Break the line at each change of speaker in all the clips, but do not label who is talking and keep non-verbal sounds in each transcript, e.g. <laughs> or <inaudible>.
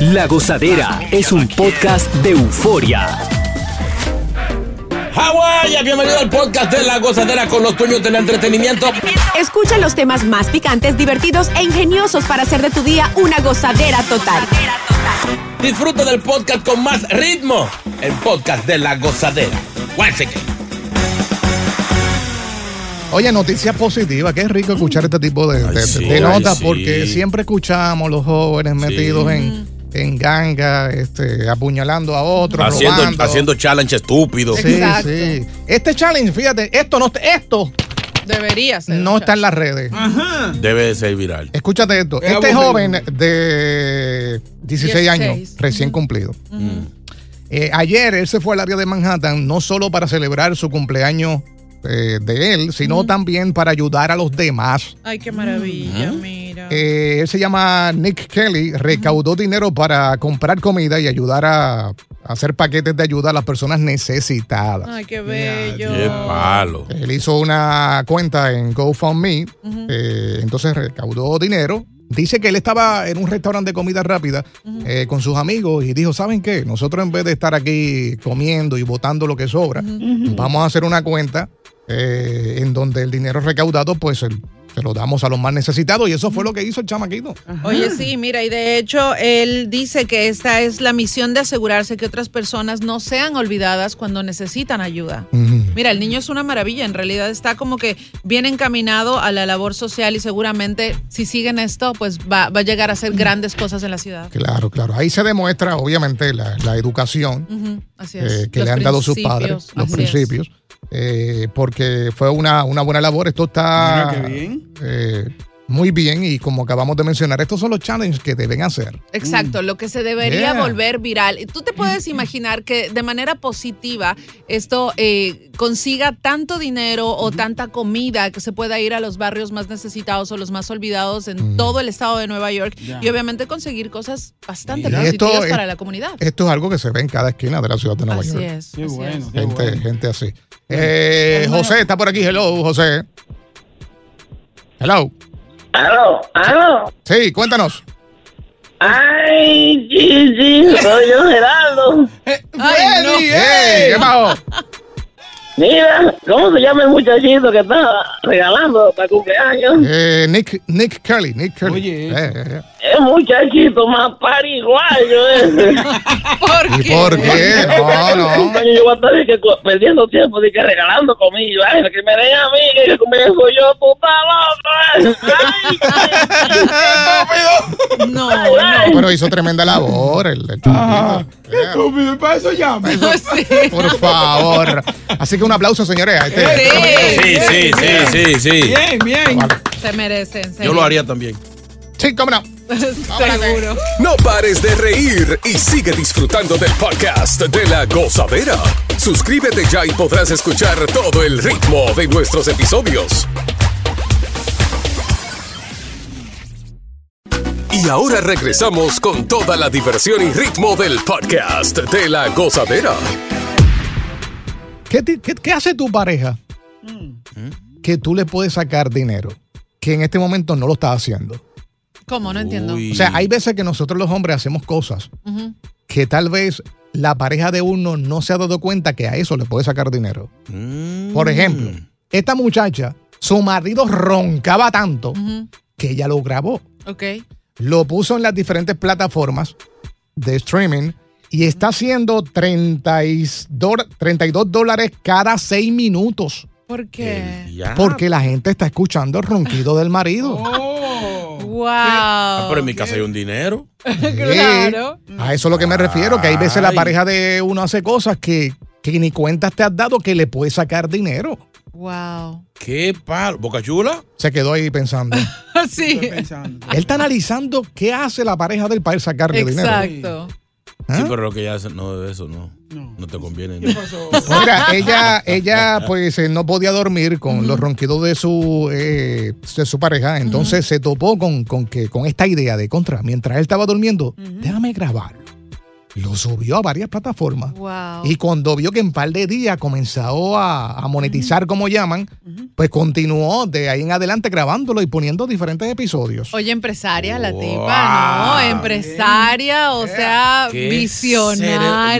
La Gozadera es un podcast de euforia.
Hawái, bienvenido al podcast de La Gozadera con los dueños del entretenimiento.
Escucha los temas más picantes, divertidos e ingeniosos para hacer de tu día una gozadera total.
Disfruta del podcast con más ritmo. El podcast de La Gozadera. Guáseque.
Oye, noticia positiva, qué rico escuchar este tipo de, de-
sí,
de
ay,
notas,
sí.
porque siempre escuchamos los jóvenes metidos en, en ganga, este, apuñalando a otros, robando.
Haciendo, haciendo challenge estúpido.
Sí,
Exacto.
sí. Este challenge, fíjate, esto no, esto
Debería ser.
no está en las redes.
Debe de ser viral.
Escúchate esto.
Ah. Es
Este
aburrido.
joven de 16,
16.
años, recién cumplido. Eh, ayer él se fue al área de Manhattan no solo para celebrar su cumpleaños eh, de él, sino también para ayudar a los demás.
Ay, qué maravilla, mira.
Eh, él se llama Nick Kelly, recaudó dinero para comprar comida y ayudar a, a hacer paquetes de ayuda a las personas necesitadas.
Ay, qué bello.
Qué palo.
Él hizo una cuenta en GoFundMe, eh, entonces recaudó dinero. Dice que él estaba en un restaurante de comida rápida eh, con sus amigos y dijo, ¿saben qué? Nosotros en vez de estar aquí comiendo y botando lo que sobra, vamos a hacer una cuenta eh, en donde el dinero recaudado pues el- se lo damos a los más necesitados y eso fue lo que hizo el chamaquito.
Oye, sí, mira, y de hecho él dice que esta es la misión de asegurarse que otras personas no sean olvidadas cuando necesitan ayuda.
Ujú.
Mira, el niño es una maravilla, en realidad está como que bien encaminado a la labor social y seguramente si siguen esto, pues va, va a llegar
Mm.
a hacer grandes cosas en la ciudad.
Claro, claro. Ahí se demuestra obviamente la, la educación
Ujú, así es.
eh, que
Los
le han dado sus padres,
principios,
los
así es.
principios, eh, porque fue una, una buena labor. Esto
Mira
está
qué bien.
eh, muy bien y como acabamos de mencionar, estos son los challenges que deben hacer.
Exacto, lo que se debería
Mm. Yeah. Mm.
volver viral. Y Tú te puedes imaginar que de manera positiva esto eh, consiga tanto dinero o tanta comida que se pueda ir a los barrios más necesitados o los más olvidados en
Mm.
todo el estado de Nueva York
Ya.
y obviamente conseguir cosas bastante
Mira. Esto
positivas
es-
para la comunidad.
Esto es algo que se ve en cada esquina de la ciudad de Nueva
así
York.
es.
Qué
así es.
bueno, qué
Gente,
bueno.
gente así. Eh, José está por aquí. Hello, José. Hello.
Aló, aló.
Sí, cuéntanos.
Ay, sí, sí, soy yo Gerardo.
Ay, no.
Hey, ¿Qué pasó?
Mira, ¿cómo se llama el muchachito que está regalando para cumpleaños?
Eh, Nick, Nick Curly. Nick Curly.
Oye,
Eh, eh, eh.
Es muchachito más pariguayo ese.
<laughs> ¿Por
¿Y
qué?
por qué? No, no.
Coño, yo voy a estar de que co- perdiendo tiempo de que regalando comida. Ay, que me den a mí, que yo comienzo yo, puta loco. eh.
<laughs>
Ay,
No,
ay,
Pero hizo tremenda labor el, el
Ajá.
chamaquito.
Qué estúpido, para eso llama.
no sé.
Por favor. Así que un aplauso, señores. a este-
Sí,
Sí, sí, sí, sí, sí.
Bien, bien.
se merecen. se
Yo lo haría también.
Sí, cómo no.
merecen, <laughs> Seguro.
No pares de reír y sigue disfrutando del podcast de la gozadera. Suscríbete ya y podrás escuchar todo el ritmo de nuestros episodios. Y ahora regresamos con toda la diversión y ritmo del podcast de la gozadera.
¿Qué, ti- qué- qué hace tu pareja Mm. que tú le puedes sacar dinero que en este momento no lo está haciendo?
¿Cómo? No entiendo.
Uy.
O sea, hay veces que nosotros los hombres hacemos cosas
Ujú.
que tal vez la pareja de uno no se ha dado cuenta que a eso le puede sacar dinero.
Mm.
Por ejemplo, esta muchacha, su marido roncaba tanto
Ujú.
que ella lo grabó.
Ok.
lo puso en las diferentes plataformas de streaming y está haciendo 30 y dor- 32 dólares cada 6 minutos
¿Por
El
qué?
diablo.
porque la gente está escuchando el ronquido del marido.
Oh.
Wow.
Ah, pero en mi casa hay un dinero.
Claro.
Sí, A eso es lo que me refiero, que hay veces la
Ay.
pareja de uno hace cosas que, que ni cuentas te has dado que le puede sacar dinero.
Wow.
¿Qué palo? ¿Boca Chula?
Se quedó ahí pensando.
Ah,
Sí,
Él está analizando qué hace la pareja del país sacarle dinero.
exacto.
¿Ah?
Sí, pero lo que ya hace, no, eso no. No, te conviene. ¿no?
Mira, ella, ella pues eh, no podía dormir con los ronquidos de su, eh, de su pareja, entonces se topó con, con, que, con esta idea de contra. Mientras él estaba durmiendo, déjame grabarlo. Lo subió a varias plataformas.
Wow.
Y cuando vio que en par de días comenzó a, a monetizar, como llaman, pues continuó de ahí en adelante grabándolo y poniendo diferentes episodios.
Oye, empresaria la
Wow.
tipa, ¿no? Empresaria, o sea,
¿Qué serio?
visionaria. Eh,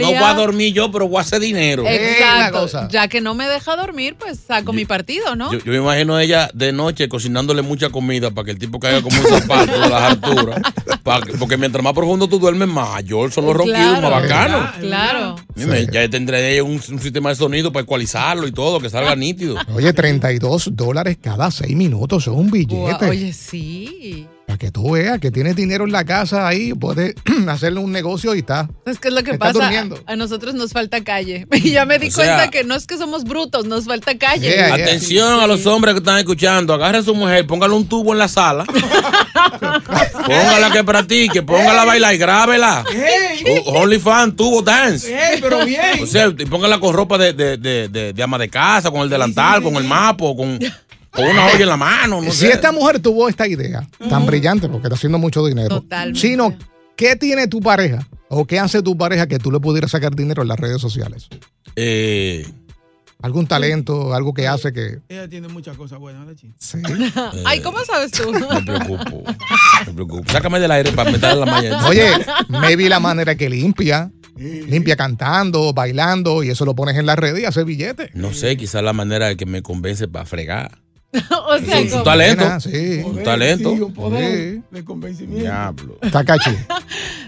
No voy a dormir yo, pero voy a hacer dinero.
Es la
Exacto.
cosa.
Ya que no me deja dormir, pues saco mi partido, ¿no?
Yo, yo me imagino a ella de noche cocinándole mucha comida para que el tipo caiga como un zapato a las alturas. Pa' que- porque mientras más profundo tú duermes, mayor son los ronquidos, más bacano.
Claro.
Dime, Ya tendré ella un, un sistema de sonido para ecualizarlo y todo, que salga nítido.
Oye, 32 dólares cada 6 minutos, eso es un billete.
Wow, Oye, sí.
Para que tú veas que tienes dinero en la casa ahí, puedes <clears throat> hacerle un negocio y está.
Es que es lo que
Está
pasa.
durmiendo.
A nosotros nos falta calle. <laughs> Y ya me di
O sea-
cuenta que no es que somos brutos, nos falta calle.
Yeah, yeah.
Atención a los hombres que están escuchando. Agarre a su mujer, póngale un tubo en la sala. póngala que practique, póngala a bailar y grábela. Holy fan, tubo dance.
¡Ey, pero bien!
O sea, y póngala con ropa de, de- de- de- de ama de casa, con el delantal, con el mapo, con, con una olla en la mano. No
<laughs> Si
sé.
esta mujer tuvo esta idea tan brillante, porque está haciendo mucho dinero.
Totalmente.
Sino, ¿qué tiene tu pareja? ¿O qué hace tu pareja que tú le pudieras sacar dinero en las redes sociales?
Eh,
¿Algún talento? ¿Algo que hace que.?
Ella tiene muchas cosas buenas, ¿verdad, chico?
Sí.
Ay, ¿cómo sabes tú? <laughs>
me preocupo. Me preocupo. Sácame del aire para meterle la mañana.
Oye, maybe la manera que limpia. Limpia cantando, bailando, y eso lo pones en las redes y hace billetes.
No sé, quizás la manera de que me convence para fregar.
o sea,
Es un
como-
talento.
Nena, sí.
Un talento.
Sí, un poder
Sí.
de convencimiento.
Diablo.
Está cachi.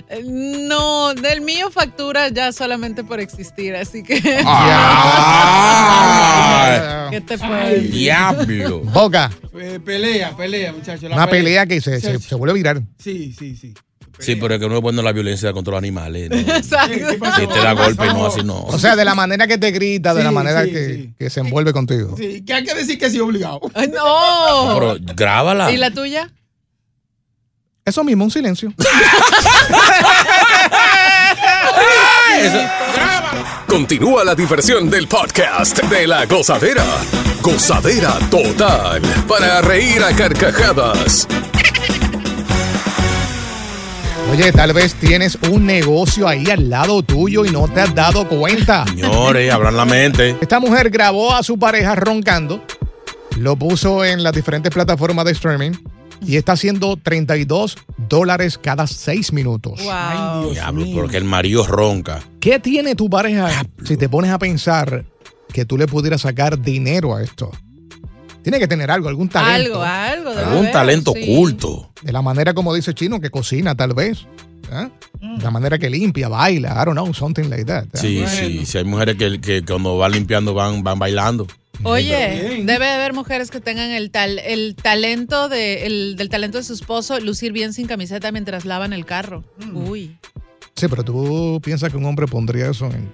Eh, no, del mío factura ya solamente por existir, así que
Ah,
¿qué te puedes?
diablo.
Boca,
Eh, pelea, pelea, muchachos.
una pelea que se, se, se vuelve a virar.
Sí, sí, sí.
Sí, pero es que no es bueno la violencia contra los animales. ¿no?
¿Qué
Exacto.
pasó?
Si te da golpe, no,
Pasó.
así no.
O sea, de la manera que te grita, de la
Sí,
manera
sí,
que,
sí.
que se envuelve contigo.
Sí, que hay que decir que sí obligado.
Ay, No.
Pero grábala.
¿Y la tuya?
Eso mismo, un silencio.
Continúa la diversión del podcast de la gozadera. Gozadera total. Para reír a carcajadas.
Oye, tal vez tienes un negocio ahí al lado tuyo y no te has dado cuenta.
Señores, abran la mente.
Esta mujer grabó a su pareja roncando, lo puso en las diferentes plataformas de streaming y está haciendo 32 dólares cada 6 minutos.
Wow.
Diablo, porque el marido ronca.
¿Qué tiene tu
Ah,
pareja si te pones a pensar que tú le pudieras sacar dinero a esto? Tiene que tener algo, algún talento.
Algo, ah. algo. debe
Algún
haber,
talento
sí.
oculto.
De la manera como dice Chino, que cocina tal vez. ¿eh? De la manera que limpia, baila, I don't know, something like that. ¿eh?
Sí, sí. Si hay mujeres que, que cuando van limpiando van, van bailando.
Oye, debe de haber mujeres que tengan el tal, el talento de, el- del talento de su esposo, lucir bien sin camiseta mientras lavan el carro.
Mm.
Uy.
Sí, pero tú piensas que un hombre pondría eso en,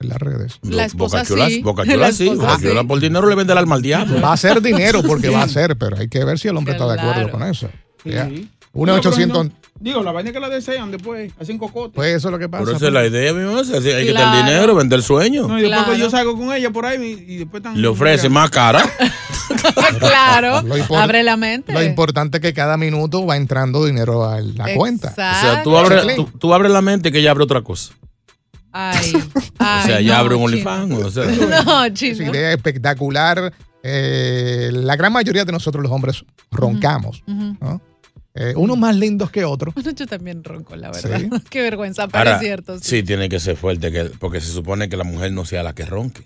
en las redes.
La esposa
Bocachula,
sí. <laughs>
Bocachula
La
sí.
esposa
Bocachula
sí.
por dinero le vende el alma al diablo.
Va a ser dinero porque va a ser, pero hay que ver si el hombre está de acuerdo
Claro.
con eso. Ya.
Sí.
Una
Digo, pero
800.
no- Digo, la vaina que la desean después, hacen cocote.
Pues eso es lo que pasa.
Pero esa es la idea, mi mamá. Así Hay que tener
Claro.
dinero, vender el sueño.
no, y después
Claro.
yo salgo con ella por ahí y y después están.
Le ofrece más cara.
<laughs> claro.
Lo impor-
Abre la mente.
Lo importante es que cada minuto va entrando dinero a la cuenta.
O
Ah,
sea, tú abres, tú, tú abres la mente que ella abre otra cosa.
Ay,
<laughs> O
ay,
sea,
no,
ella abre un
chino.
OnlyFans. O sea,
<laughs> No,
Esa
chino.
idea espectacular. Eh, la gran mayoría de nosotros los hombres roncamos.
Ujú.
¿no? Eh, unos más lindos que otros.
Bueno, yo también ronco, la verdad.
Sí.
<laughs> Qué vergüenza, pero
Ahora,
es cierto. sí.
sí, tiene que ser fuerte, que- porque se supone que la mujer no sea la que ronque.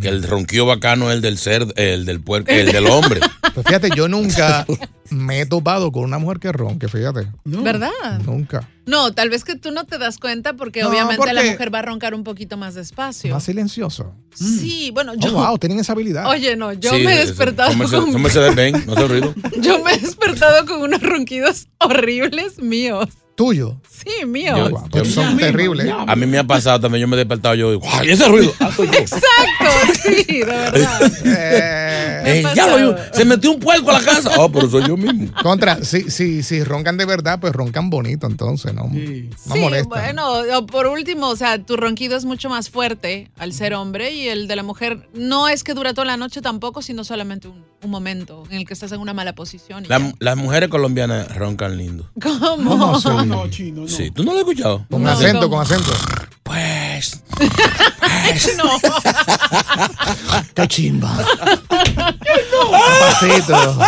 Que el ronquido bacano es el del ser, el del puerco, el del
<laughs>
hombre.
Pues fíjate, yo nunca me he topado con una mujer que ronque, fíjate.
¿Verdad?
Nunca.
No, tal vez que tú no te das cuenta porque
No,
obviamente la
porque-
mujer va a roncar un poquito más despacio.
Más silencioso.
Sí, bueno,
Oh,
yo.
wow, tienen esa habilidad.
Oye, no, yo
Sí,
me he
eso-
despertado
son Mercedes-
con, <laughs>
son Mercedes Benz, no se ruido.
yo me he despertado con unos ronquidos horribles míos.
Tuyo.
Sí, mío.
Yo-
Guau, estos son
mismo,
terribles.
ya.
A mí me ha pasado también, yo me he despertado yo digo, ¡ay, ese ruido! Ah, soy yo.
Exacto, sí, de verdad.
Eh,
Eh, ya lo yo- se metió un puerco a la casa. Ah, pero soy yo mismo.
contra, si, si, si roncan de verdad, pues roncan bonito, entonces, ¿no?
Sí.
No
sí,
molesta.
bueno, o por último, o sea, tu ronquido es mucho más fuerte al ser hombre y el de la mujer no es que dura toda la noche tampoco, sino solamente un, un momento en el que estás en una mala posición. y
La-
ya.
las mujeres colombianas roncan lindo.
¿Cómo?
¿Cómo son?
No, chino, no.
Sí, ¿tú no lo has escuchado?
Con
No.
acento, con acento.
Pues,
<laughs> No.
¡Qué chimba! Papacito.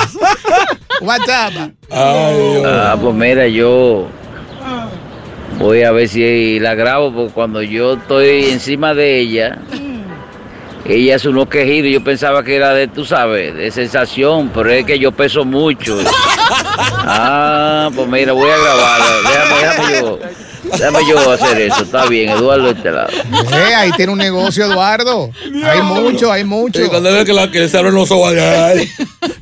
What's up?
ay, Dios.
Ah, pues mira, yo voy a ver si la grabo, porque cuando yo estoy encima de ella, ella hace unos quejidos, yo pensaba que era de, tú sabes, de sensación, pero es que yo peso mucho. Ah, pues mira, voy a grabarla, déjame, déjame yo. Déjame yo hacer eso, está bien, Eduardo de este lado.
Eh, ahí tiene un negocio, Eduardo. Hay mucho, hay mucho.
Sí, cuando ve que, la, que se abren los ojos, ay, ay,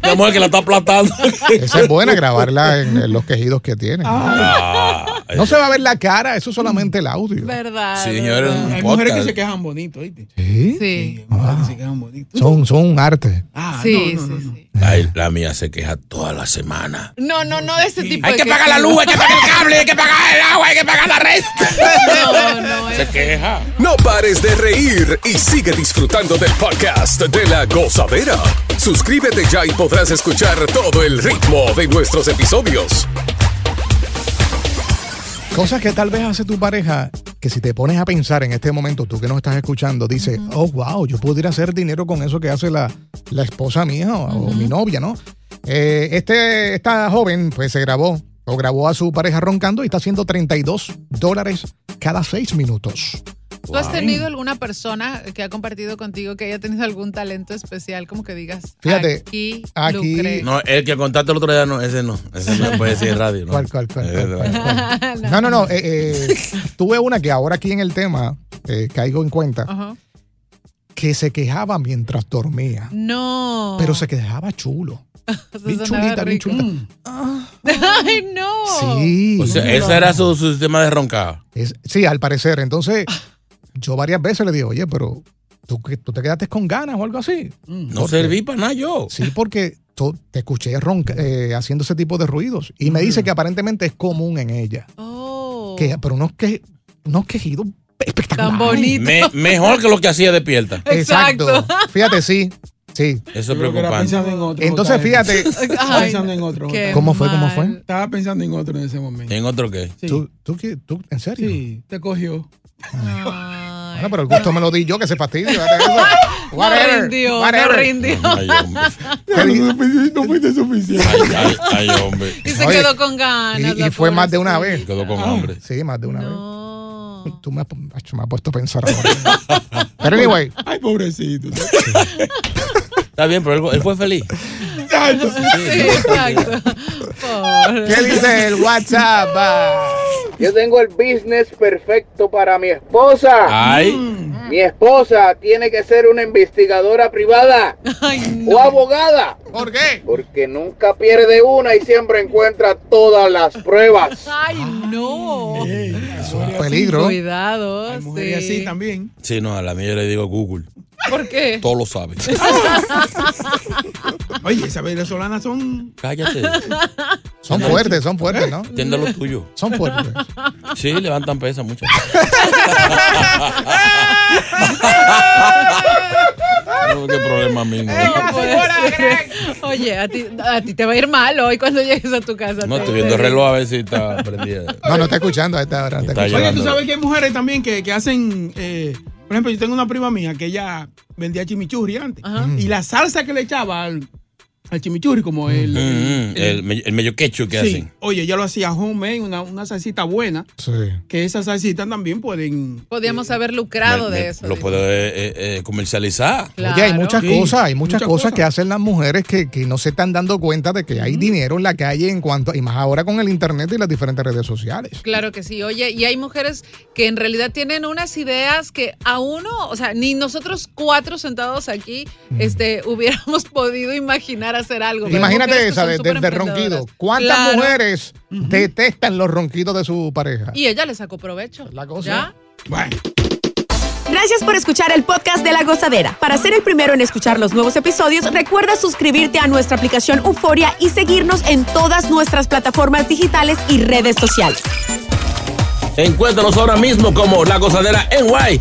la mujer que la está aplastando.
Esa es buena grabarla en, en los quejidos que tiene.
Ah,
No se va a ver la cara, eso es solamente el audio.
¿Verdad?
señores,
verdad.
un
Hay mujeres que
podcast.
se quejan bonito, ¿viste?
Sí.
Sí.
Hay mujeres que se quejan bonito.
Son, son un arte.
Ah,
Sí,
no, no,
sí,
no, no.
sí.
Ay, la mía se queja toda la semana.
No, no, no de ese tipo
Hay
de
que pagar la
quejidos.
luz, hay que pagar el cable, hay que pagar el agua, hay que pagar la red.
No, no,
Se queja.
No pares de reír y sigue disfrutando del podcast de la gozadera. Suscríbete ya y podrás escuchar todo el ritmo de nuestros episodios.
Cosas que tal vez hace tu pareja que si te pones a pensar en este momento, tú que nos estás escuchando, dices, oh, wow, yo pudiera hacer dinero con eso que hace la, la esposa mía o, o mi novia, ¿no? Eh, este, esta joven pues se grabó o grabó a su pareja roncando y está haciendo 32 dólares cada seis minutos.
¿Tú has tenido alguna persona que ha compartido contigo que haya tenido algún talento especial? Como que digas,
Fíjate,
aquí,
aquí-
lucré. <laughs>
No, el que contaste el otro día, no, ese no. Ese no puede decir radio. ¿no?
¿Cuál, cuál, cuál,
Ese
cuál,
no.
cuál, cuál? No, no, no. eh, eh, tuve una que ahora aquí en el tema eh, caigo en cuenta
Ajá.
que se quejaba mientras dormía,
No.
pero se quejaba chulo.
O sea,
Bien
sonaba
chulita, bien
Pues rico. Ah.
chulita.
<laughs> Ay, no.
Sí.
O sea, ese era su, su sistema de roncada.
Es- sí, al parecer. Entonces,
Ah.
yo varias veces le digo, oye, pero tú, que- tú te quedaste con ganas o algo así.
No
Mm.
¿Por qué?
serví para nada yo.
Sí, porque tú- te escuché ronca- eh, haciendo ese tipo de ruidos. Y me dice que aparentemente es común en ella.
Mm. Oh.
Que, pero unos, que, unos quejidos espectaculares.
Tan bonito.
Me- mejor que lo que hacía despierta.
Exacto. <laughs> Fíjate, sí. Sí.
Yo
Eso es
creo que era
preocupante.
pensando en otro.
Entonces,
Jota, eh.
fíjate,
Ay,
pensando en otro,
qué
Jota.
¿Cómo fue? ¿Cómo
mal.
fue?
Estaba pensando en otro en ese momento.
¿En otro qué?
Sí,
¿tú, tú, qué- tú- ¿en serio?
sí, te cogió.
Ay.
Bueno, pero el gusto me lo di yo, que se
<laughs>
fastidio.
No
Whatever.
rindió,
Whatever.
no rindió.
Ay, hombre.
¿Qué di-
<laughs> No fuiste
Ay,
suficiente.
ay, ay, hombre.
Y se
Oye,
quedó con ganas.
y-
la
y fue más de una
pobrecita.
Se
vez.
quedó con hambre.
Sí, más de una vez.
No.
<laughs> Tú me has, macho, me has puesto a pensar ahora. Pero anyway,
Ay, pobrecito.
Está bien, pero él, él fue feliz.
Exacto.
Sí, exacto.
<laughs>
Pobre.
¿qué dice el WhatsApp? Ah,
Yo tengo el business perfecto para mi esposa.
Ay,
Mi esposa tiene que ser una investigadora privada
<laughs> Ay,
o
no.
abogada,
¿Por qué?
porque nunca pierde una y siempre encuentra todas las pruebas.
Ay, no.
Es un peligro.
Cuidado.
Hay mujeres
sí.
así también.
sí, no, a la mía yo le digo Google.
<laughs>
¿Por qué?
Todo lo sabe.
Oye, esas venezolanas son.
Cállate.
Son fuertes, son fuertes, ¿no?
Entiende lo tuyo.
Son fuertes.
Sí, levantan pesa <laughs> mucho. No, qué problema mío.
No puede ser. Pues, Oye, a ti, a ti te va a ir mal hoy cuando <laughs> llegues a tu casa.
No
te-
estoy viendo el reloj a ver si está prendida.
No, no está escuchando a esta hora. no
Está
está escuchando.
Oye, tú
Llevándolo.
sabes que hay mujeres también que, que hacen. eh, por ejemplo, yo tengo una prima mía que ella vendía chimichurri antes.
Ajá.
Y la salsa que le echaba al, al chimichurri, como el.
Mm, mm,
el-
el, me- el medio quechu que
sí.
hacen.
Oye, ella lo hacía homemade, una, una salsita buena.
Mm, Sí.
Que esas salsitas también pueden.
Podíamos haber lucrado
Me-
de
me-
eso.
Lo
digo.
puedo eh, eh, eh, comercializar.
Claro.
Oye, hay muchas
Sí,
cosas, hay muchas,
muchas
cosas,
cosas. Mm.
que hacen las mujeres que, que no se están dando cuenta de que hay dinero en la calle en cuanto, y más ahora con el internet y las diferentes redes sociales.
Claro que sí. Oye, y hay mujeres que en realidad tienen unas ideas que a <laughs> uno, o sea, ni nosotros cuatro sentados aquí, este, hubiéramos podido imaginar a hacer algo. pero
Imagínate
mujeres que
esa
son
de, de-
súper
del ronquido.
emprendedoras.
¿Cuántas
Claro.
mujeres detestan los ronquidos de su pareja?
Y ella le sacó provecho. La cosa.
Gracias por escuchar el podcast de La Gozadera. Para ser el primero en escuchar los nuevos episodios, recuerda suscribirte a nuestra aplicación Euforia y seguirnos en todas nuestras plataformas digitales y redes sociales.
Encuéntranos ahora mismo como La Gozadera en Guay.